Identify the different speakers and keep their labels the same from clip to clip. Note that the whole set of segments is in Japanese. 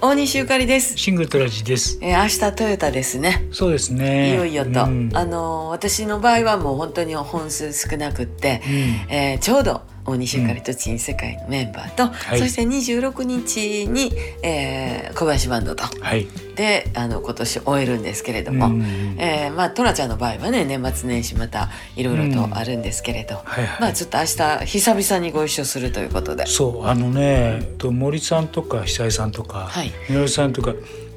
Speaker 1: 大西ゆかりです。
Speaker 2: シングルトラジです。
Speaker 1: えー明日トヨタですね。
Speaker 2: そうです
Speaker 1: い
Speaker 2: ね。
Speaker 1: よいよと、
Speaker 2: うん
Speaker 1: あのー私の場合はもう本当に本数少なくって、
Speaker 2: うん
Speaker 1: えーちょうど大西ゆかりと新世界のメンバーと、
Speaker 2: はい
Speaker 1: そして26日に、えー小林バンドと
Speaker 2: はい。
Speaker 1: であの今年終えるんですけれど
Speaker 2: うん
Speaker 1: も、
Speaker 2: うん
Speaker 1: えーまあトラちゃんの場合はね年末年始またいろいろとあるんですけれど、
Speaker 2: はい
Speaker 1: ま
Speaker 2: は
Speaker 1: あ
Speaker 2: い。
Speaker 1: ちょっと明日久々にご一緒するということで、
Speaker 2: そうあのね、えっと森さんとか久井さんとか、
Speaker 1: はい
Speaker 2: みのりさんとか、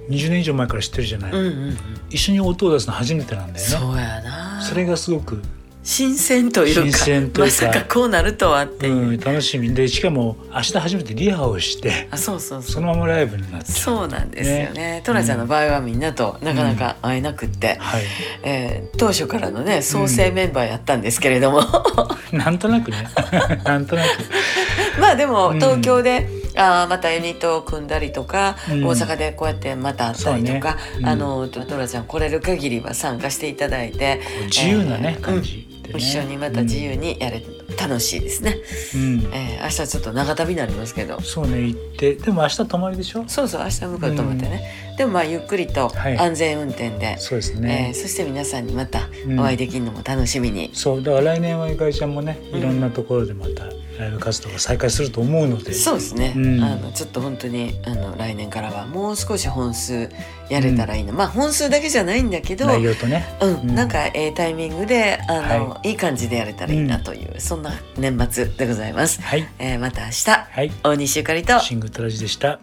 Speaker 2: 20年以上前から知ってるじゃない。
Speaker 1: うんうんうん、
Speaker 2: 一緒に音を出すの初めてなんだよね。
Speaker 1: そうやな
Speaker 2: それがすごく、
Speaker 1: 新鮮というか
Speaker 2: 新鮮というか
Speaker 1: まさかこうなるとはっていう、
Speaker 2: うん、楽しみでしかも明日初めてリハをして
Speaker 1: あそうそうそ
Speaker 2: そうのままライブになっちゃう
Speaker 1: そうなんですよねトラちゃんの場合はみんなとなかなか会えなくって、
Speaker 2: はい
Speaker 1: えー当初からのね創生メンバーやったんですけれども、
Speaker 2: なんとなくねなんとなく
Speaker 1: まあでも
Speaker 2: うん
Speaker 1: 東京で、あーまたユニットを組んだりとか、
Speaker 2: うん
Speaker 1: 大阪でこうやってまた会ったりとか、
Speaker 2: そうねうん
Speaker 1: あのトトラちゃん来れる限りは参加していただいて
Speaker 2: 自由なね、
Speaker 1: えー
Speaker 2: 感じでね、
Speaker 1: 一緒にまた自由にやれ、楽しいですね、
Speaker 2: うん、うん
Speaker 1: えー明日ちょっと長旅になりますけど
Speaker 2: そうね行ってでも明日泊まりでしょ
Speaker 1: そうそう明日向かうと思ってね、でもまあゆっくりと
Speaker 2: はい
Speaker 1: 安全運転で、
Speaker 2: そうです
Speaker 1: え
Speaker 2: ね
Speaker 1: ー、そして皆さんにまた
Speaker 2: うん
Speaker 1: お会いできるのも楽しみに、
Speaker 2: そうだから来年はゆかりちゃんもね
Speaker 1: うん
Speaker 2: いろんなところでまたライブ活動が再開すると思うので、
Speaker 1: そうですね、
Speaker 2: うん
Speaker 1: あのちょっと本当にあの来年からはもう少し本数やれたらいいな、まあ本数だけじゃないんだけど
Speaker 2: 内容とね
Speaker 1: うん
Speaker 2: うん
Speaker 1: なんかええタイミングであの、い、い感じでやれたらいいなという、そんな年末でございます、
Speaker 2: はい
Speaker 1: えーまた明日
Speaker 2: はい
Speaker 1: 大西ゆかりと
Speaker 2: シングルトラジでした